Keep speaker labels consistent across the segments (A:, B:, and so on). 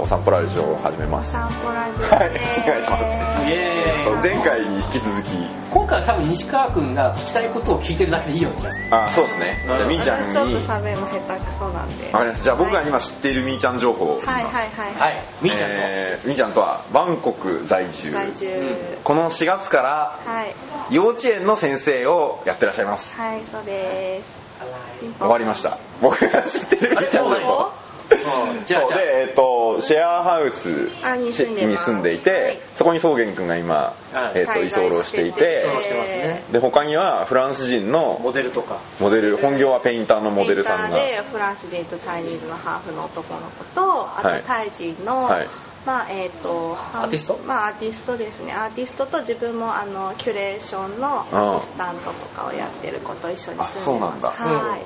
A: お散歩ラジオを始めます
B: 散歩ラジオ
A: はいお願いします
C: イエーイ
A: 前回に引き続き
C: 今回は多分西川君が聞きたいことを聞いてるだけでいいような気がする
A: あそうですねじゃあみーちゃん
B: 私
A: に
B: ちょっと
A: わ
B: 喋るの下手くそなんで
A: かりましたじゃあ僕が
B: はい
A: 今知っているみーちゃん情報を言います、
B: はいはいは
C: はいいみーちゃんと、
A: えーみーちゃんとはバンコク在住
B: 在住
C: う
A: この4月から
B: はい
A: 幼稚園の先生をやってらっしゃいます
B: はいそうです
A: 終わりま
B: し
A: した僕が知ってるみーちゃん情
C: あれも
A: 報
C: ううんじゃあ
A: そう
C: じゃあ
A: でえっとシェアハウス
B: あに住んでます
A: に住んでいて、
B: はい
A: そこに草原くんが今、
C: はい
A: えっと居候していて
C: 居候してますね
A: で他にはフランス人の
C: モデルとか
A: モデル本業はペインターのモデルさんが
B: でフランス人とチャイニーズのハーフの男の子とあ
A: はい
B: とタイ人の、
A: はい
B: まあえっ、と
C: アーティスト
B: まあアーティストですねアーティストと自分もあのキュレーションのアシスタントとかをやってる子と一緒に住んでます
A: あそうなんだ
B: はい、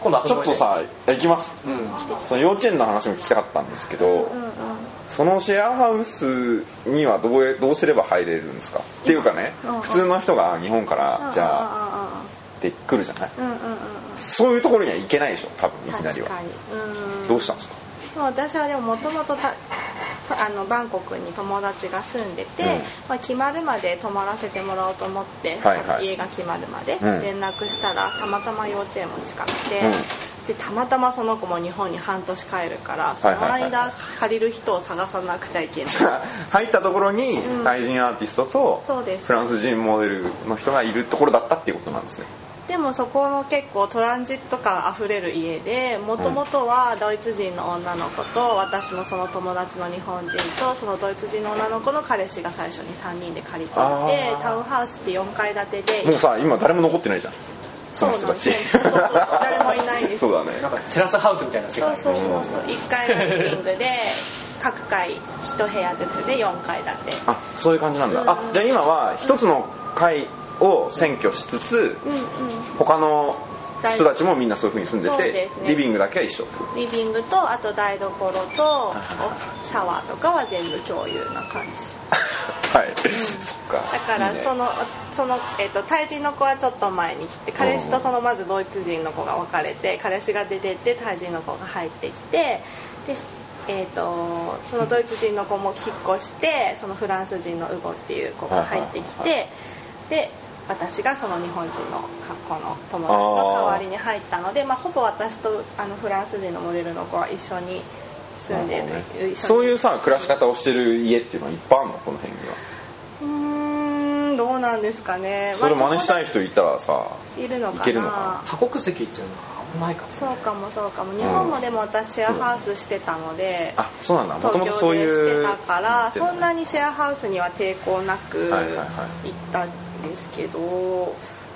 C: 今度遊
A: ち
C: び
A: ょっ
C: まし
A: と
C: ょ
A: さ行きます
C: ううん
A: その幼稚園の話も聞きたかったんですけど、
B: うんうん
A: そのシェアハウスにはどうどうすれば入れるんですかっていうかね
B: うん
A: 普通の人が日本からじゃあ
B: あ
A: って来るじゃない
B: うんうんうんうん
A: そういうところには行けないでしょ多分いきなり
B: 確
A: は
B: かにうん
A: どうしたんですか
B: まあ私はでももともとたあのバンコクに友達が住んでて、
A: うん
B: まあ、決まるまで泊まらせてもらおうと思って、
A: はいはい
B: あの家が決まるまで
A: うん
B: 連絡したら、たまたま幼稚園も近くて、
A: うん
B: でたまたまその子も日本に半年帰るからその
A: はいはいは
B: 間借りる人を探さなくちゃいけない。
A: じゃあ入ったところに
B: うん
A: タイ人アーティストと
B: そうです
A: フランス人モデルの人がいるところだったっていうことなんですね
B: でもそこの結構トランジット感あふれる家でもともとはドイツ人の女の子と私のその友達の日本人とそのドイツ人の女の子の彼氏が最初に3人で借りていて
A: あー
B: タウンハウスって4階建てで
A: もうさ今誰も残ってないじゃんその人たち
B: そうなんですそうそう誰もいないで す
A: そうだね
C: なんかテラスハウスみたいな世
B: そ
C: 界
B: うそうそうそう1階のリビングで各階1部屋ずつで4階建て
A: あそういう感じなんだ、
B: うん
A: あじゃあ今は一つの会を占拠しつつ、
B: うんうん
A: 他の人たちもみんなそういう風に住んで
B: そう
A: て
B: ですね
A: リビングだけは一緒っ てこ
B: リビングとあと台所とおシャワーとかは全部共有な感じ
A: とはい、そっか
B: だから
A: いいね
B: そのその、えっとタイ人の子はちょっと前に来て彼氏とそのまずドイツ人の子が別れて彼氏が出てってタイ人の子が入ってきてで、えっとそのドイツ人の子も引っ越してそのフランス人のウゴっていう子が入ってき
A: はいはい
B: てで私がその日本人の格好の友達の代わりに入ったのでまあ、ほぼ私とあのフランス人のモデルの子は一緒に住んで
A: なるほど
B: る、
A: ねそういううさ暮らし方をしてる家っていうのはいっぱいあるのこの辺には
B: うーんどうなんですかね
A: それ真似した
B: い
A: い人いたらさ
B: いるのか
A: い
B: な
A: けるのか
C: 多国籍っていうのはあんまないかも
B: そうかもそうかも日本もでも私シェアハウスしてたので、
A: あそうなんだも
B: 東
A: ともとそ
B: 京
A: う
B: でし
A: いう
B: てたからそんな
A: に
B: にシェアハウスには抵抗なく
A: はいはい
B: 行
A: はい
B: ったんですけど、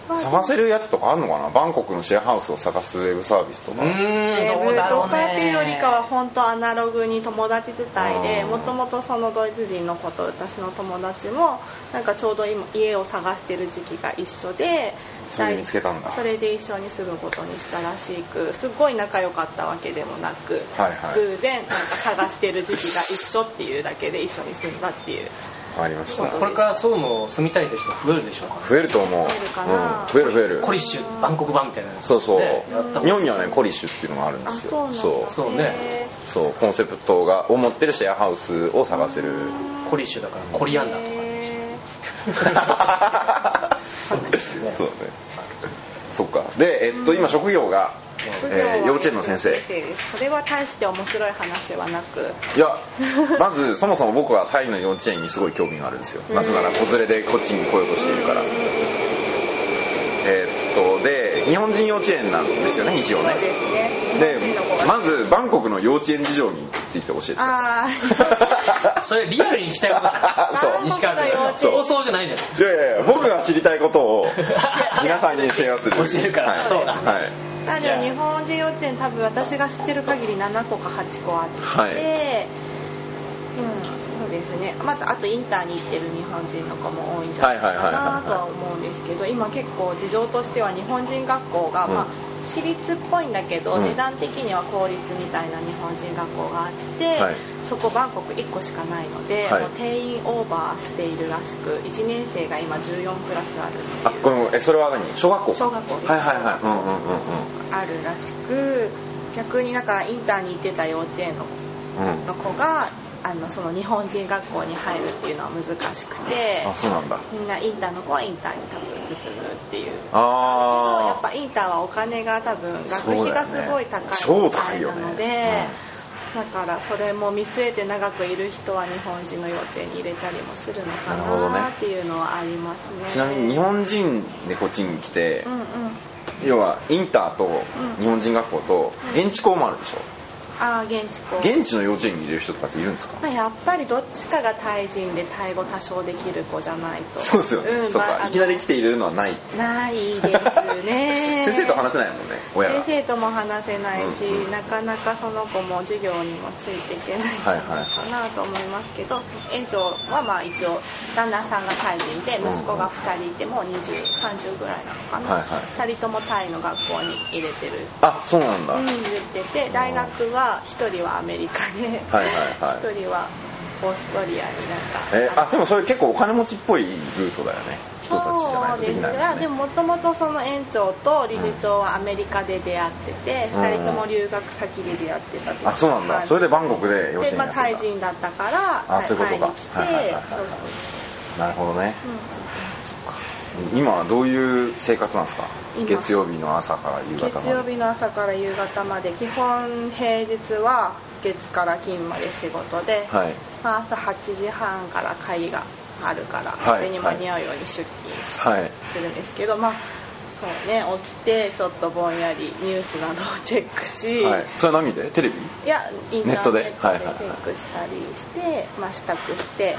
B: まあ
A: 探せるやつとかあるのかなバンコクのシェアハウスを探すウェブサービスとか
C: うーん
B: ウ
C: どうだ
B: ェブ
C: ろ
B: とか
C: うね
B: っていうよりかは本当アナログに友達自体で
A: うん
B: もともとそのドイツ人の子と私の友達もなんかちょうど今家を探してる時期が一緒で
A: それで見つけたんだ
B: それで一緒に住むことにしたらしくすっごい仲良かったわけでもなく、
A: はいはい
B: 偶然なんか探してる時期が一緒っていうだけで一緒に住んだっていう
A: わかりまし
C: そ
A: た
C: うこれからそういうのを住みたいという人増えるでしょうか
A: 増えると思う
B: 増えるかな
A: うん、増える増える
C: らコリッシュバンコク版みたいな
A: そうそう、
C: ねやった方が
A: 日本にはねコリッシュっていうのがあるんで
B: あ
A: すよ
B: そうなんだ
A: そう
C: そうね
B: へー
A: そうコンセプトがを持ってるシェアハウスを探せる
C: コリッシュだからコリアンダーとか
B: へ
A: そうねそっかで、えっと、今職業が、
B: ー
A: えー幼稚園の先生
B: ですそれは大して面白い話はなく
A: いやまずそもそも僕はタイの幼稚園にすごい興味があるんですよなぜなら子連れでこっちに来ようとしているからえーっとで日本人幼稚園なんですよね一応
B: そう
A: ね
B: ですね
A: で
B: 日本人の子が
A: まずバンコクの幼稚園事情について教えてください
B: あ
C: それリアルに聞きたいことじ ゃ
A: そう
C: ない西川
B: 幼稚
C: 君
B: 園
C: 放送じゃないじゃん
A: いやいやいや僕が知りたいこと を皆さんにシェアする
C: 教えるから
A: はい、
C: そうだ
A: はい
B: ああでも日本人幼稚園多分私が知ってる限り7個か8個あって、
A: はい
B: うんそうですねまたあとインターに行ってる日本人の子も多いんじゃない
A: はいは
B: か
A: いはいはいは
B: ないとは思うんですけど今結構事情としては日本人学校が、
A: うん
B: まあ私立っぽいんだけど、
A: うん
B: 値段的には公立みたいな日本人学校があって、
A: はい
B: そこバンコク1個しかないので、
A: はい
B: もう定員オーバーしているらしく1年生が今14クラスあるっていう
A: あごめんごめんえそれは何小学校
B: 小学校です
A: はいはいはいうんうんうんうん
B: あるらしく逆にだからインターに行ってた幼稚園のの子が、あのその日本人学校に入るっていうのは難しくて
A: あそうなんだ
B: みんなインターの子はインターに多分進むっていうやっ
A: あ
B: ぱインターはお金が多分学費がすごい高い
A: そうだよね超高いよね
B: みたいなので、だからそれも見据えて長くいる人は日本人の幼稚園に入れたりもするのか
A: なるほどね
B: なっていうのはありますね
A: あちなみに日本人でこっちに来て
B: うんうん
A: 要はインターと
B: うん
A: 日本人学校と
B: うん
A: 現地校もあるでしょ
B: ああ現地校
A: 現地の幼稚園にいる人とかっているんですか
B: まあ、やっぱりどっちかがタイ人でタイ語多少できる子じゃないと
A: そうですよね、
B: ん
A: そう
B: まああ
A: か
B: の
A: いきなり来ているのはない
B: ないですね
A: 先生と話せないもんね親が
B: 先生とも話せないし、
A: うんうん
B: なかなかその子も授業にもついていけないんじゃないかなと思いますけど、園長はまあ一応旦那さんがタイ人で
A: うんうん
B: 息子が2人いてもう2030ぐらいなのかな、
A: はいは
B: 2人ともタイの学校に入れてる。
A: あそうなんだ、
B: うん、言ってて大学は1人はアメリカで、
A: はいはいはい
B: 1人はオーストリアになん
A: え
B: か
A: ーあでもそれ結構お金持ちっぽいルートだよね人たちじゃないとできない
B: そうです
A: もん
B: ね
A: ね
B: でももともとその園長と理事長はアメリカで出会ってて、
A: うん
B: 2人とも留学先で出会ってたってい
A: あそうなんだそれでバンコクで幼稚園
B: で、
A: や
B: ま
A: っ
B: あ、
A: て
B: タイ
A: た
B: 人だったから
A: あそういうことか
B: タイに来て、
A: はいはいはいはい
B: そうそうそう
A: なるほどね
B: う
A: 今はどういう生活なんですか
B: 今
A: 月曜日の朝から夕
B: ん
A: 方ま
B: 月
A: で
B: 曜日の朝から夕方まで基本平日は月から金まで仕事で、
A: はい
B: まあ、朝8時半から会議があるから、
A: はい
B: それに間に合うように出勤して
A: はい
B: するんですけどまあそうね起きてちょっとぼんやりニュースなどをチェックし、
A: はい
B: い、
A: それ何でテレビ
B: やインターネットで
A: ネッ
B: チ
A: トではいはいは
B: ェ
A: い
B: ックしたりして、まあ、支度して
A: うん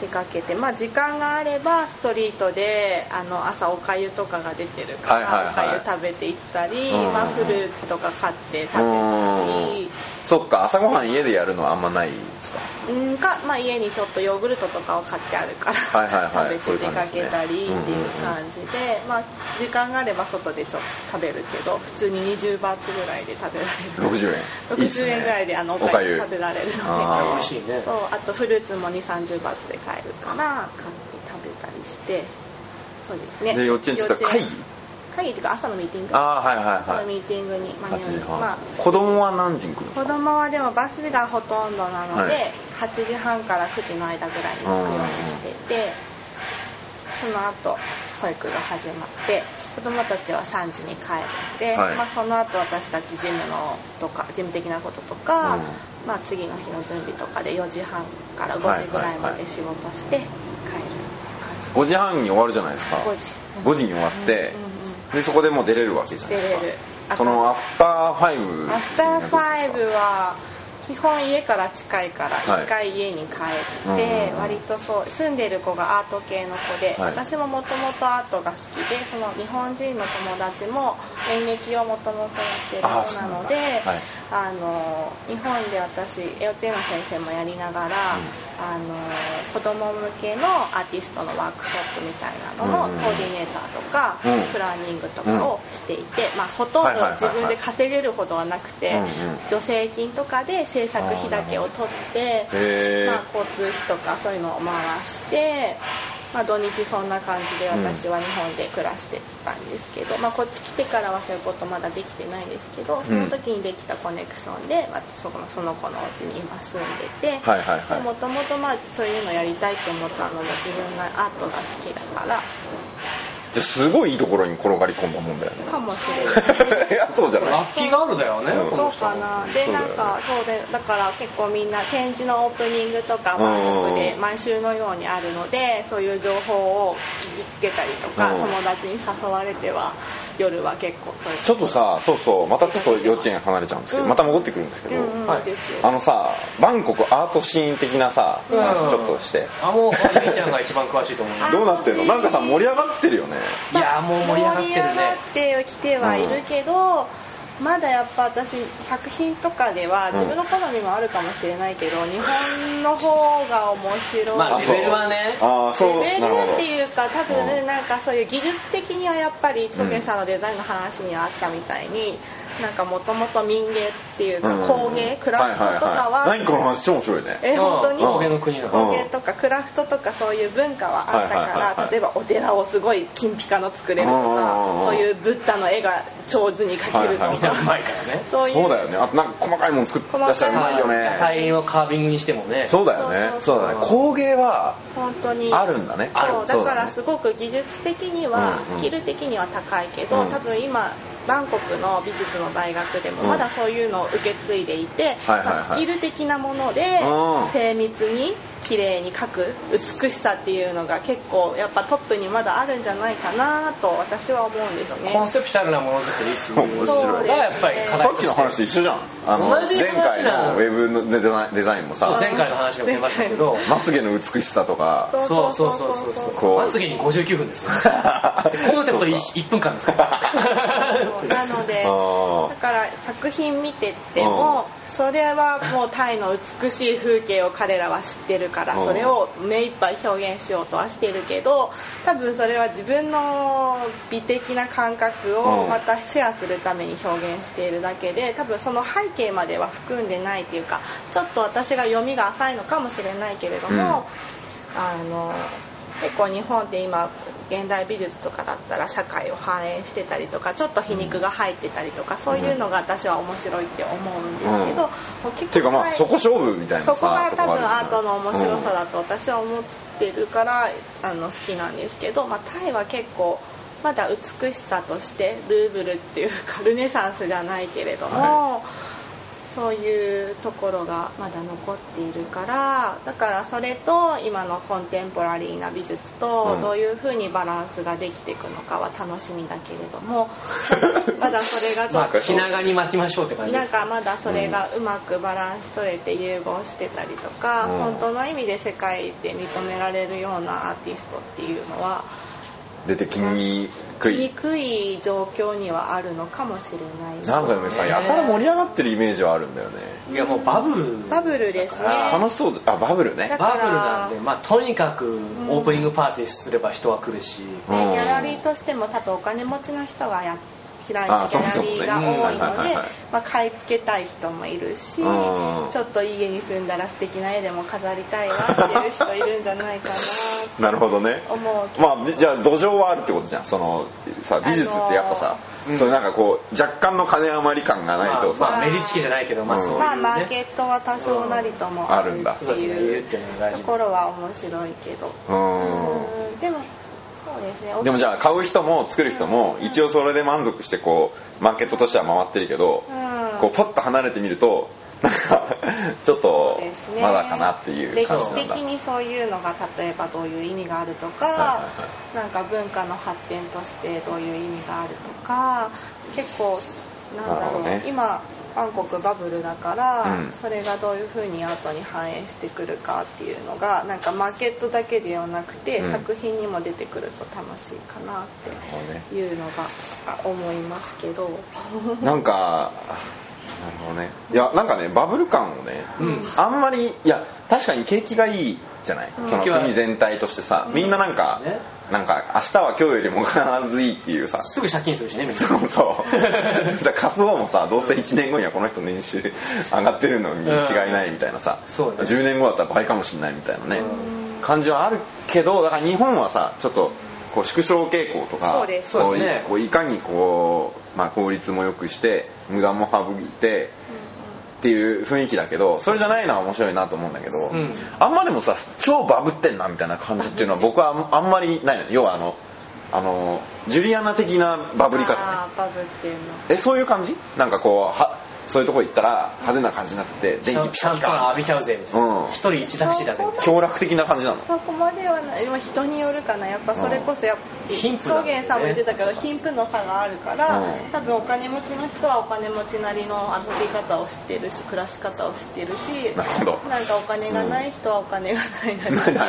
B: 出かけて、まあ、時間があればストリートであの朝おかゆとかが出てるから、
A: はいはいはい
B: おかゆ食べていったり、
A: うんうんうん
B: まあ、フルーツとか買って食べた
A: うん
B: り。
A: そっか朝ごはん家でやるのはあんまないですか
B: うんか、まあ、家にちょっとヨーグルトとかを買ってあるから、
A: はいはいはい
B: 食べて出かけたりっていう
A: そういう感
B: 感
A: じ
B: じ
A: ですねう
B: で
A: んうん
B: まあ、時間があれば外でちょっと食べるけど普通に20バーツぐらいで食べられる
A: 60円いいっす
B: 60
A: ね
B: 円ぐらいであのお
A: おか
B: か
A: ゆ
B: ゆ食べられるので
A: あー
C: 美味しいね
B: そうあとフルーツも2 3 0バーツで買えるから買って食べたりしてそうですね
A: で幼稚園って言ったら会議
B: 会議っていうか朝のミーティング
A: ああはい
B: 朝
A: は
B: の
A: いは
B: ミ
A: い
B: ーティングに間に合う
A: 8時
B: ま
A: 半
B: あ
A: 子供は何時に来るんです
B: 子
A: か
B: 供はでもバスがほとんどなので、
A: はい
B: 8時半から9時の間ぐらいに着くようにしててその後保育が始まって子供たちは3時に帰るので、
A: はい
B: まあ、その後私たちジムのとか事務的なこととか、
A: うん
B: まあ、次の日の準備とかで4時半から5時ぐらいまで仕事して帰るっていう感じ
A: 5時半に終わるじゃないですか
B: 5時
A: 5時に終わって
B: うんうんうん
A: でそこでもう出れるわけじゃないですか
B: 出れる
A: そのアフターファイブ
B: アフターファイブは基本家から近いから
A: はい
B: 一回家に帰
A: うんう
B: っ
A: ん
B: て
A: うん
B: 割とそう住んでる子がアート系の子で
A: はい
B: 私ももともとアートが好きでその日本人の友達も演劇をもともとや
A: あー
B: って
A: そ
B: る
A: う
B: 子
A: なだ
B: なんので
A: はい
B: あの日本で私幼稚園の先生もやりながらあの子供向けのアーティストのワークショップみたいなのの
A: うんうんうん
B: コーディネーターとか
A: うん
B: プランニングとかをしていてまあほとんど自分で稼げるほどはなくて
A: うんうん
B: 助成金とかで制作費だけを取って
A: へ
B: まあ、交通費とかそういうのを回して、まあ、土日そんな感じで私は日本で暮らしてたんですけど、まあ、こっち来てからはそういうことまだできてないんですけどその時にできたコネクションで、まあ、そのその子のお家に今住んでて。
A: えはいはいはい
B: もともとまあそういうのやりたいと思ったのも自分がアートが好きだから
A: じゃあすごいいいところに転がり込んだもんだよね
B: かもしれない
A: いやそうじゃない
C: ラッキーガールだよね、
A: うん
C: こ
B: そ
C: の
B: う
C: 人
B: かなで
A: そうだよ
B: なん
A: ね
B: かそうでだから結構みんな展示のオープニングとか
A: うんうんうん
B: ワークで毎週のようにあるのでそういう情報を聞きつけたりとか
A: うん
B: 友達に誘われては夜は結構そういう
A: ちょっとさそうそうまたちょっと幼稚園離れちゃうんですけど、
B: うん
A: また戻ってくるんですけど、
B: うん
C: は
B: う
C: い
B: んです
A: あ
B: よ
A: のさバンコクアートシーン的なさ
C: うん
A: 話ちょっとして、
C: あもうお姉ちゃんが一番詳しいと思 います
A: どうなってんのなんかさ盛り上がってるよね
C: いやーもう盛り上がってるね
B: 盛り上がってきてはいるけどまだやっぱ私作品とかでは
A: うん
B: 自分の好みもあるかもしれないけど日本の方が面白い
C: まあ
A: あ
C: レ
A: そう
C: ベルはね
A: ああそう
B: レベ
A: なるほ
B: ル
A: ど
B: っていうか多
A: うん
B: 分なんかそういう技術的にはやっぱりチョゲさんのデザインの話にはあったみたいに、なんかもともと民芸っていうか工芸、クラフトとかは,、
A: いいい何この話超面白いね
B: え本当に、
C: うん工芸の国だから
A: うん
B: 工芸とかクラフトとかそういう文化はあったから、
A: はいはいはいはい
B: 例えばお寺をすごい金ピカの作れると
A: うんうんうんううん
B: そういうブッダの絵が上手に描けるみたいな、
A: はいはいう
C: まいからね
B: そういう
A: そうだよねあとなんか細かいもの作っ出したらうまいよね
C: 野菜をカービングにしてもね
A: そうだよねそう
B: そそうそう
A: うだね工芸は
B: 本当に
A: あるんだね
C: ある
B: そ
A: そ
B: うだ
A: うだね
B: からすごく技術的に
A: う
B: は
A: ん
B: スキル的には高いけど、
A: うん
B: 多分今バンコクの美術の大学でも
A: うん
B: まだそういうのを受け継いでいて、
A: はいはいはい
B: まあスキル的なもので
A: うん
B: 精密に綺麗に描く美しさっていうのが結構やっぱトップにまだあるんじゃないかなと私は思うんですね
C: コンセプチュアルなものづくりっていう
A: 面白い
C: のがやっぱり課題
A: さ
C: と
A: っ
C: し
A: き
C: て
A: の話一緒じゃんあの
C: 同じ話
A: 前回
C: だ
A: のウェブのデザインデザインも
C: そう
A: さ
C: 前回の話でも出ましたけど
A: まつげの美しさとか
C: そうそうそうそうそう
A: こう
C: まつげに59 分ですよコンセプト 1, 1分間ですから
B: そう なので
A: あ
B: だ
A: ー
B: から作品見ててもそれはもうタイの美しい風景を彼らは知ってるから
A: うん
B: それを目いっぱい表現しようとはしてるけど多分それは自分の美的な感覚
A: う
B: を
A: ん
B: またシェアするために表現しているだけで多分その背景までは含んでないっていうかちょっと私が読みが浅いのかもしれないけれども。あの結構日本って今現代美術とかだったら社会を反映してたりとかちょっと皮肉が入ってたりとかそういうのが私は面白いって思うんですけど、
A: うん
B: もう結構
A: っていうかまあ
B: はい
A: そこ勝負みたいな
B: そ
A: さ
B: こが多
A: と
B: 分
A: こ
B: ア
A: あるよね
B: ートの面白さだと私は思ってるから、あの好きなんですけど、まあ、タイは結構まだ美しさとしてルーブルっていうかルネサンスじゃないけれども、
A: は
B: そういうところがまだ残っているからだからそれと今のコンテンポラリーな美術
A: う
B: と
A: ん
B: どういうふうにバランスができていくのかは楽しみだけれど もまだそれがちょっ
C: まあ
B: と
A: そう
C: 気長に巻きましょうって感じで
B: なん
C: すか
B: かまだそれがうまくバランス取れて融合してたりとか、
A: うん
B: 本当の意味で世界で認められるようなアーティストっていうのは
A: 出てきにく
B: 来
A: い
B: にくい状況にはあるのかもしれないし
A: なんかでもさやたら盛り上がってるイメージはあるんだよね
C: いやもうバブル
B: バブルですね
C: あ
A: 楽しそうであバブルね
B: だ
C: バブルなんで、まあ、とにかく
B: ん
C: オープニングパーティーすれば人は来るし、
B: でギ
A: うん
B: ャラリーとしても多分お金持ちの人がや開い
A: あ
B: たギ
A: そ
B: ャ
A: もそ
B: ラ
A: もね
B: リーが多い
A: うんはい
B: の
A: はい
B: で
A: はい
B: まあ買い付けたい人もいるしち
A: う
B: ょ
A: ん
B: っといい家に住んだら素敵な絵でも飾りたいわっていう人いるんじゃないかなって
A: なるほどね
B: 思うけど
A: まあじじゃあ土壌はあるってことじゃんそのさ美術ってやっぱさ、
C: あのー
A: そういうなんかこう若干の金余り感がないとさ、
C: まあまあメディチ家じゃないけど、まあ、
A: うん
C: そういう、ね
B: まあマーケットは多少なりとも
A: あるんだ
B: っていうところは面白いけど
A: うーん
B: うんでもそうですね
A: でもじゃあ買う人も作る人も一応それで満足してこうマーケットとしては回ってるけど、
B: うん
A: こうポッと離れてみるとなん かちょっ
B: そ
A: と
B: うですね
A: まだかなっていう
B: 歴
A: 感
B: 史
A: じなんだ。
B: 的にそういうのが例えばどういう意味があると
A: はい
B: か
A: はいは
B: なんか文化の発展としてどういう意味があるとか結構なん
A: な
B: だ
A: るほ
B: ろう、
A: どね
B: 今バンコクバブルだから、
A: うん
B: それがどういうふうにアートに反映してくるかっていうのがなんかマーケットだけではなくて、
A: うん
B: 作品にも出てくると楽しいかなっ
A: なるほどね
B: ていうのがあ思いますけど
A: なんかなるほどねいやなんかねバブル感をね、
C: うん
A: あんまりいや確かに景気がいいじゃない、
B: うん
A: その
C: 景気は
A: 国全体としてさ、みんななんか、
C: ね
A: なんか明日は今日よりも必ずいいっていうさ
C: すぐ借金するしねみんな
A: そう そう。じゃあ貸す方もさ、どうせ1年後にはこの人年収上がってるのに違いないみたいなさ、
C: んそうね
A: 10年後だったら倍かもしんないみたいなね、
C: う
A: 感じはあるけど、だから日本はさ、ちょっと、こう縮小傾向とか
B: そうです
A: こ
C: そうですね
A: こういかにこう、まあ、効率も良くして無駄も省いてっていう雰囲気だけどそれじゃないのは面白いなと思うんだけど、
C: うん
A: あんまでもさ超バブってんなみたいな感じっていうのは僕はあんあんまりないの要はあのあのジュリアナ的なバブり方ね
B: あーバブっていうの
A: えそういう感じなんかこうはそういうとこ行ったら派手な感じになってて
C: シ
A: 電
C: ャン
A: 気ピシャピシ
C: パン
A: ャ
C: 浴びちゃうぜみたい
A: うん
C: な一人一タクシーだぜみたいな
A: 強楽的な感じなの
B: そこまではないまあ人によるかなやっぱそれこそやっぱ
C: 貧富
B: 証
C: なんだね
B: 言さんも言ってたけど貧富の差があるから、
A: うん
B: 多分お金持ちの人はお金持ちなりの遊び方を知ってるし暮らし方を知ってるし
A: なるほど
B: なんかお金がない人はお金が ないなり
A: うんない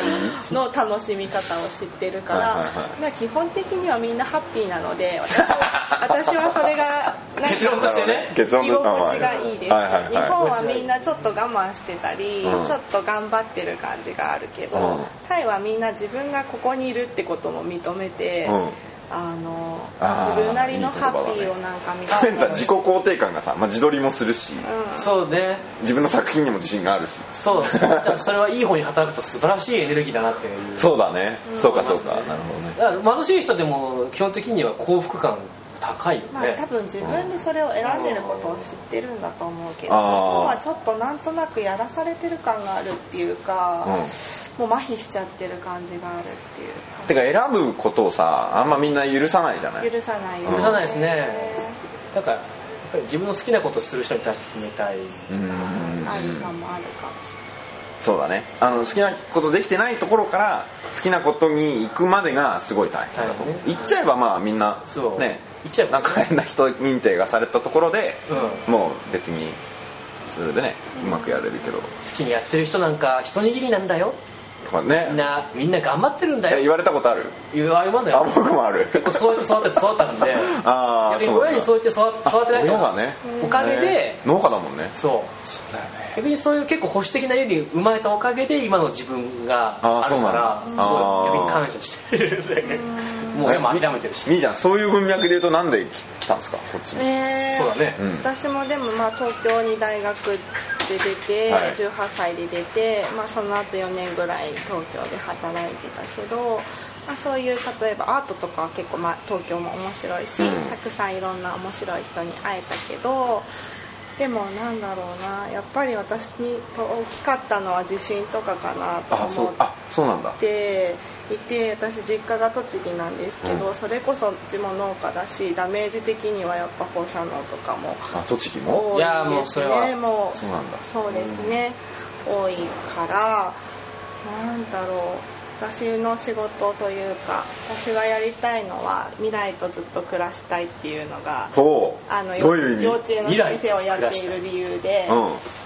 B: の楽しみ方を知ってるか
A: はいはいは
B: らまあ基本的にはみんなハッピーなので私は私はそれがなんか
C: 結論としてね
A: 結論
B: 居
A: として
B: 心地がいいです、
A: はいはいはい
B: 日本はみんなちょっと我慢してたり、
A: うん
B: ちょっと頑張ってる感じがあるけど、
A: うん
B: タイはみんな自分がここにいるってことも認めて、
A: うん
B: あの
A: あー
B: 自分なりの
A: いい言
B: ハ
A: 葉だね
B: ッピーをなんか見
A: とりあえずは
B: た
A: 自己肯定感がさ、まあ、自撮りもするし
B: うん
C: そうね
A: 自分の作品にも自信があるし
C: そうだからそれはいい方に働くと素晴らしいエネルギーだなっていう
A: そうだね、
B: うん
A: そうかそうか、なるほどね
C: だから貧しい人でも基本的には幸福感高いよね、
B: まあ多分自分でそれを選んでることを知ってるんだと思うけど
A: あ
B: 今
A: ー
B: はちょっとなんとなくやらされてる感があるっていうか、もう麻痺しちゃってる感じがあるって
A: うんてか選ぶことをさあんまみんな許さないじゃない
B: いう許さないよね
A: 許さ
C: ないですねだからやっぱり自分の好きなことをする人に対して冷たい、
A: うん
B: あるかもあるかも
A: そうだねあの好きなことできてないところから好きなことに行くまでがすごい大変だと思う、
C: 大変
A: 行っちゃえばまあみんな
C: そう
A: ね
C: 行っちゃえば
A: なんか変な人認定がされたところで、
C: うん、好
A: もう別にそれでねうまくやれるけど、
C: きにやってる人なんか一握りなんだよ
A: とか
C: みん
A: ね
C: なみんな頑張ってるんだ
A: え言
C: よ
A: われたことある
C: 言われます
A: あ
C: よ
A: 僕もある
C: 結構そうやって育って育ったんで
A: あー
C: 逆に
A: そうなんだ
C: 親にそうやって育て育てられた
A: あ親がね
C: おかげで、
A: ね農家だもんね
C: そう
A: そうだよね
C: 逆にそういう結構保守的な家に生まれたおかげで今の自分があるか
A: あー
C: ら
A: そう
C: す
A: なんだ
C: ごい逆
A: あー
C: に感謝して るもう
A: え
C: でも諦めてるし
A: みみーちゃんそういう文脈で言うとなんで来たんですかこっちに、
B: ねえ
C: そうだね
A: うん
B: 私もでもまあ東京に大学で出て、
A: はい
B: 18歳で出て、まあ、その後4年ぐらい東京で働いてたけど、まあ、そういう例えばアートとかは結構、まあ、東京も面白いし、
A: うん
B: たくさんいろんな面白い人に会えたけどでもなんだろうなやっぱり私にと大きかったのは自信とかかなと
A: あそ
B: 思
A: う
B: って
A: あそうなんだ
B: っていて私実家が栃木なんですけど、
A: うん
B: それこそうちも農家だしダメージ的にはやっぱ放射能とかも
A: あ栃木も
B: 多
C: い
B: い
C: やーも
B: で
C: うそ
B: す
C: れは
B: ねもう
A: そうなんだ
B: そうですね、多いからなんだろう私の仕事というか私がやりたいのは未来とずっと暮らしたいっていうのが
A: ほう
B: あの
A: どういう意味
B: 幼稚園の
C: 未来と暮
B: 店を
C: ら
B: や
C: したい
B: っている理由で、
A: うん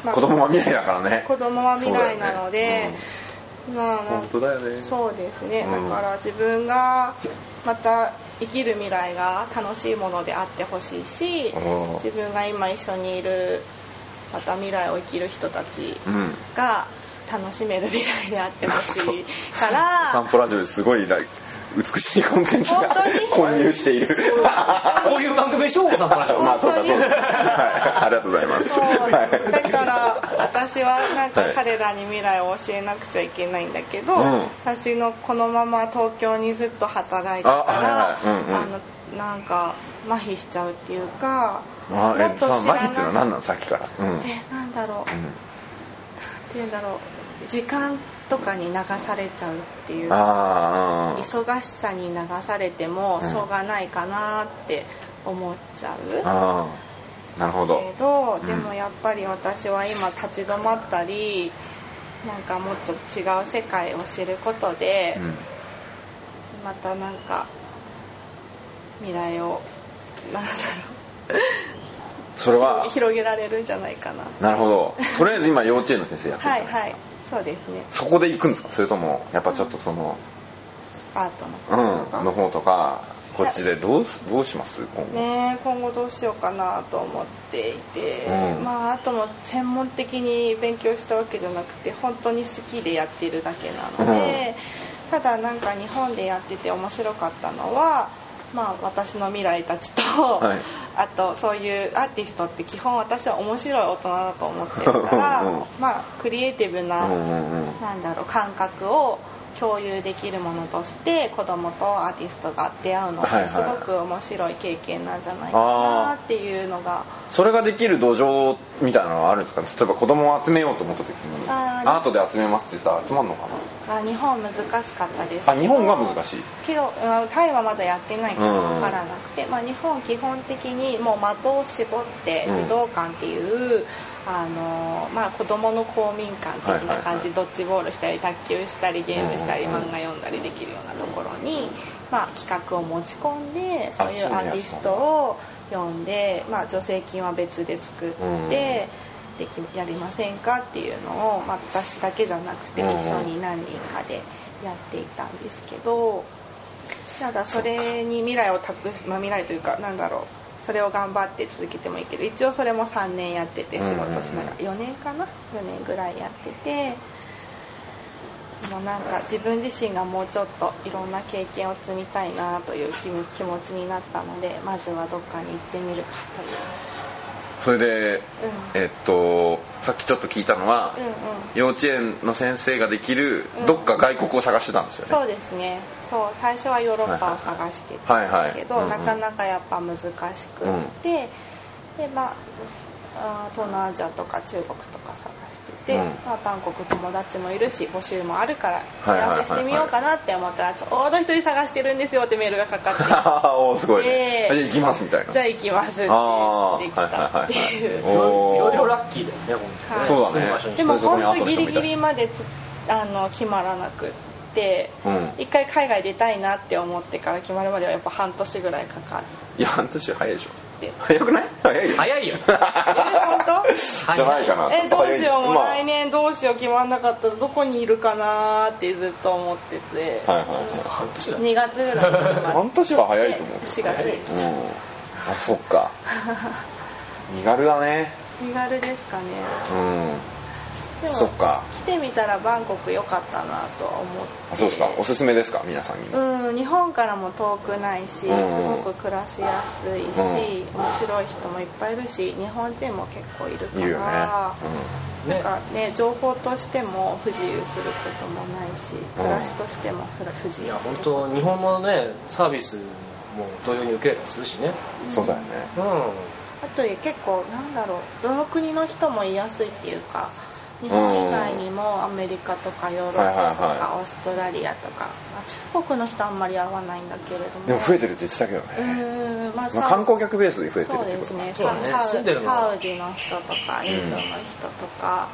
B: まあ
A: 子供は未来だからね
B: 子供は未来なので、まあ
A: そうだよねうん本当だよね
B: そうですね、
A: うん
B: だから自分がまた生きる未来が楽しいものであってほしいし
A: うん
B: 自分が今一緒にいるまた未来を生きる人たち
A: うん
B: が楽しめる未来であってほしいか
A: 散
B: ら
A: 歩ラジオですごいライ美しいコンテンツが
B: 本当に
A: 混入している
C: こういう番組でしょお子さんからし ょ
A: まあそうだそうだ
B: 本当に
A: はいありがとうございます
B: そう
A: はい
B: だから私はなん
A: は
B: か
A: い
B: 彼らに未来を教えなくちゃいけないんだけど、
A: うん
B: 私のこのまま東京にずっと働いてたら
A: あ
B: あ,、
A: はいはいうんうん
B: のなんか麻痺しちゃうっていうか
A: まあ
B: も
A: え
B: っ
A: さ
B: と
A: あ
B: 知
A: マヒっ
B: ら
A: ていうのは
B: ない
A: 何なのさっきからうんうん
B: えなんだろうなんて言うんだろう時間とかに流されちゃうっていうか
A: あー
B: 忙しさに流されてもしょうがないかなって思っちゃう。
A: あーなるほど
B: けど
A: うん
B: でもやっぱり私は今立ち止まったりなんかもっと違う世界を知ることで、
A: うん
B: またなんか未来をなんだ
A: それ
B: ろ
A: は
B: う広げられるんじゃないかな
A: なるほどとりあえず今幼稚園の先生やってるじ
B: は
A: ゃない
B: い
A: ですか
B: はいそうですね
A: そこで行くんですかそれともやっぱちょっとその
B: アートの
A: うん
B: こ
A: の方と
B: ととか、
A: かこっちでどうすどうします今後
B: ねえ今後どうしようかなと思っていて、
A: うん
B: まああとも専門的に勉強したわけじゃなくて本当に好きでやってるだけなので、ただなんか日本でやってて面白かったのは。まあ、私の未来たちと、
A: はい
B: あとそういうアーティストって基本私は面白い大人だと思ってるから
A: うんうん
B: まあクリエイティブ
A: う
B: な、
A: んうんうん
B: なんだろう感覚を共有できるものとして子供とアーティストが出会うのっ
A: はいは
B: て
A: い
B: すごく面白い経験なんじゃないかなっていうのが
A: それができる土壌みたいなのはあるんですかね例えば子供を集めようと思った時に
B: あー
A: アートで集めますって言ったら集まんのか
B: あ日本難しかったです
A: なあ日本が難しい
B: けどうんタイはまだやってないから
A: うん
B: 分からなくて、まあ、日本基本的にもう的を絞って
A: うん
B: 児童館っていう、あのまあ、子どもの公民館的な
A: はいはい
B: 感
A: はい
B: じドッジボールしたり卓球したりゲームしたり
A: うんうんうん
B: 漫画読んだりできるようなところに、まあ、企画を持ち込んでそうい
A: そう
B: う
A: いう
B: ア
A: やつ
B: ーティストを呼んで、まあ、助成金は別で作って。
A: うん
B: できやりませんかっていうのを、まあ、私だけじゃなくて
A: うん
B: 一緒に何人かでやっていたんですけどただそれに未来を託す、まあ、未来というかなんだろうそれを頑張って続けてもいいけど一応それも3年やってて仕事しながら4年かな4年ぐらいやっててもうなんか自分自身がもうちょっといろんな経験を積みたいなという気気持ちになったのでまずはどっかに行ってみるかという
A: それで
B: うん
A: えっとさっきちょっと聞いたのは、
B: うんうん
A: 幼稚園の先生ができる
B: うん
A: どっか外国を探してたんですよね、
B: そうですねそう最初はヨーロッパを探して
A: は
B: た
A: いはい
B: んだけど、
A: はいはいうんうん
B: なかなかやっぱ難しくって、
A: うん
B: でまあすあー東南アジアとか中国とか探してて、
A: うん
B: まあ、韓国友達もいるし募集もあるか
A: は
B: ら
A: い
B: 問
A: はいは
B: い合
A: いはい
B: わせしてみようかなって思ったらちょうど一人探してるんですよってメールがかかってきて
A: おーすごいね、
B: ええ
A: じゃあ行きますみたいな
B: じゃあ行きますって
A: あー
B: できたっていう
A: はいはいはいおー
C: いろいろラッキーだよね本当
B: はい
C: ね
B: そう
A: だね
C: 住む場所にして
B: でも
A: そこに
B: 本
A: 後
B: 当
A: の
B: ギ
A: 人
B: リ
A: もい
B: ギ
A: たし
B: リまでつあの決まらなくって、
A: うん
B: 一回海外出たいなって思ってから決まるまではやっぱ半年ぐらいかかっ
A: いや半年早いでしょ
B: て
A: 早くない早いよ
C: 早いよね
B: 本当
A: じゃないかな
B: えどうしようもう
A: まあ
B: 来年どうしよう決まんなかったらどこにいるかなーってずっと思ってて、
A: はいはいは
C: 半年だね
B: 2月ぐらいか
A: い
B: ら
A: 半年は早いと思う
B: 4月に
A: うんあそっか身軽だね
B: 身軽ですかね
A: う
B: で
A: ん
B: も
A: そっか
B: 来てみたらバンコク良かったなとは思って
A: あそうですかおすすめですか皆さんにも
B: うん、日本からも遠くないし、す
A: うんうん
B: ごく暮らしやすいし、
A: う
B: 面白い人もいっぱいいるし、日本人も結構いるから、
A: いるよね
B: なんかね、情報としても不自由することもないし、暮らしとしても不不自
C: い
B: 由
C: や
B: するこ
C: 本
B: とも
C: 当日本もねサービスも同様に受けられたりするしね
A: うんそうだよね
C: うん
B: あと結構なんだろうどの国の人も言いやすいっていうか日本以外にもアメリカとかヨーロッパと
A: はいはいは
B: かオーストラリアとか、まあ中国の人あんまり会わないんだけれども
A: でも増えてるって言ってたけど
B: う
A: ね
B: ーんまあ
A: まあ
B: サウ
A: 観光客ベースで増えてるってこと
B: そうです
C: そう
B: ね
C: だね
B: サ
C: 住
B: サ
C: ん
B: ウ
C: でるのは
B: サウジの人とかインドの人とか、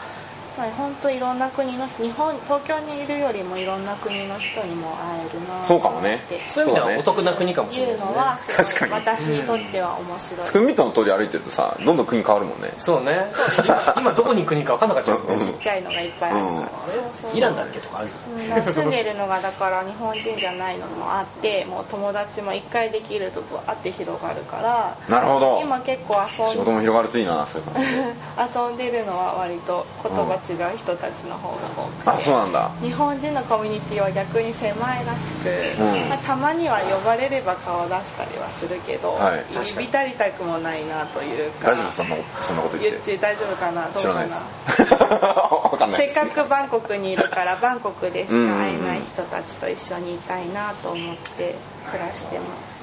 B: まあ、本当いろんな国の日本東京にいるよりもいろんな国の人にも会えるな
A: そうかもね
B: って
C: そういう
A: そ
C: 意味で
A: うだ
C: は
A: ね
C: お得な国かもしれない
B: いう
C: ですね
B: のは
A: 確かに
B: 私にとっては面白い、
A: ふみとの通り歩いてるとさどんどん国変わるもんね
C: そう ね今今どこに行く国か分かんなかった
A: うん
B: ちっちゃいのがいっぱいあるから、そうそう
C: イランだっけとかあるよ
B: うんだから住んでいるのがだから日本人じゃないのもあってもう友達も一回できるとぶわって広がるから
A: なるほど
B: 今結構遊ん
A: 仕事も広がるといいなそういう感じで
B: 遊んでるのは割と言が違う人たちの方が多くて、
A: あそうなんだ
B: 日本人のコミュニティは逆に狭いらしく、
A: うん
B: まあ、たまには呼ばれれば顔出したりはするけど、
A: はい
C: 確かに
B: びたりたくもないなというか
A: 大丈夫そんなそんなこと言
B: ゆ
A: っ
B: ってち大丈夫かなどう
A: 知らな
B: か
A: いで
B: な
A: す わかんない
B: せ
A: で
B: っ
A: す
B: かくバンコクにいるからバンコクでしか会えない人たちと一緒にいたいなと思って暮らしてます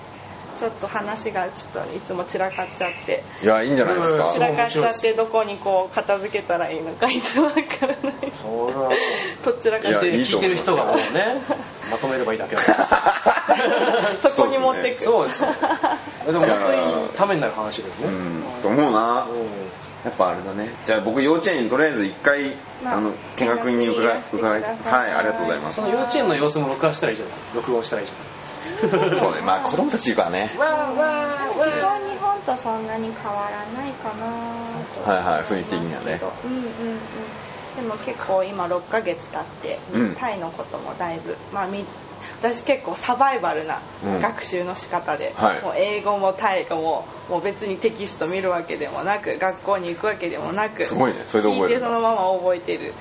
B: ちょっと話がちょっといつも散らかっちゃって
A: いやいいんじゃないですか
C: うん
B: 散らかっちゃってどこにこう片付けたらいいのかいつもわからない
C: それは
B: どちらかっ
A: いや
B: て
A: いい
C: 聞いてる人がもう ねまとめればいいだけだから
B: そこに持ってく
C: そうで すよでも本当にためになる話だよね
A: うんと思うな
C: う
A: やっぱあれだねじゃあ僕幼稚園にとりあえず一回、
B: まあ
A: あの見学に伺い
B: 見学にい
A: 伺
B: ら
A: い
B: してくださ
A: はいいありがとうございま
C: ん
A: す
C: その幼稚園の様子も録画したらいいじゃない録音したらいいじゃない
A: そうねまあ子供たちいるからね
C: わーわ
B: 基
C: ー
B: 本
C: わ
B: 日本とそんなに変わらないかなと
A: はいはい雰囲気的にはね
B: うんうんうんでも結構今6ヶ月経って、
A: うん
B: タイのこともだいぶまあみ私結構サバイバルな
A: うん
B: 学習の仕方で、
A: はい
B: もう英語もタイ語ももう別にテキスト見るわけでもなく学校に行くわけでもなく
A: すごいねそれで覚える
B: 聞いてそのまま覚えてる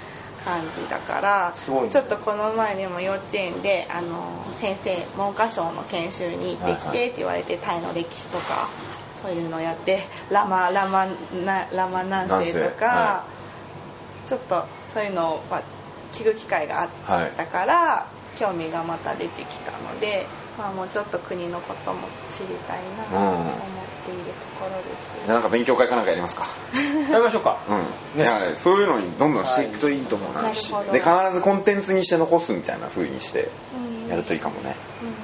B: 感じだから
C: すごいね
B: ちょっとこの前でも幼稚園であの先生文科省の研修に行
A: はいはい
B: ってきてって言われてタイの歴史とかそういうのやってラマラマなラマ南西とか、
A: 南
B: ちょっとそういうのを、まあ、聞く機会があったから、興味がまた出てきたので、まあ、もうちょっと国のことも知りたいなと思っているところです、
A: じゃあなんか勉強会かなんかやりますか
C: ーやりましょうか
A: うん、
C: ね
A: いやそういうのにどんどんしていくといいと思うな、
B: はいなるほど
A: で必ずコンテンツにして残すみたいな風にして
B: うん
A: やるといいかもね
B: うんうんうん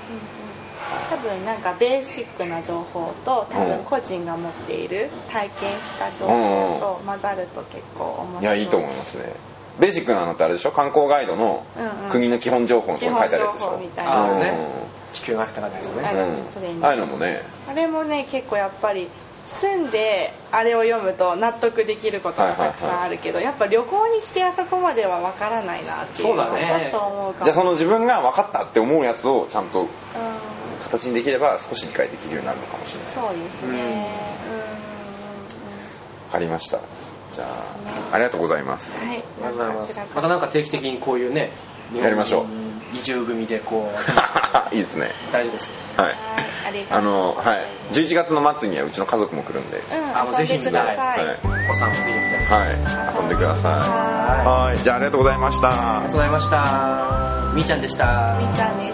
B: 多分なんかベーシックな情報と多分個人が持っている体験した情報と混ざると結構面白い
A: いやいいと思いますねベーシックなのってあれでしょ観光ガイドの
B: うんうん
A: 国の基本情報のとこに書いてあるやつでし
B: 基
A: ょ、
B: 本情報みたい
C: な
A: うん
C: あるね地球の歩き方ですよ
B: は
C: ね
B: い
A: うん
B: それに
A: ああいうのもね
B: あれもね結構やっぱり住んであれを読むと納得できることがたくさんあるけど、やっぱ旅行に来てあそこまではわからないなっていう
C: そうだね
B: ちょっと思うかも
A: じゃあその自分が分かったって思うやつをちゃんと
B: うん
A: 形にできれば少し理解できるようになるのかもしれない
B: そうですね
A: わかりましたじゃあありがとうございます
B: うんはい
C: ありがとうございま
B: こちら
C: す
B: こそ
C: またなんか定期的にこういうね日本
A: やりましょう
C: 移住組でこう集めて
A: いいですね
C: 大事ですよね
A: はい
B: ありがとう
A: あのはい11月の末にはうちの家族も来るんで
C: あ
B: う
C: も
B: ん
C: う
B: 遊
C: ぜ
B: ん
C: ひ
B: で
C: 見
B: く
C: た
B: だ
C: い
B: さい、
A: はい
C: お子さんもぜひ見たいですね
A: はい遊んでくださ
B: はい
A: はいじゃあありがとうございました
C: ありがとうございましたみーちゃんでした
B: いみーちゃんです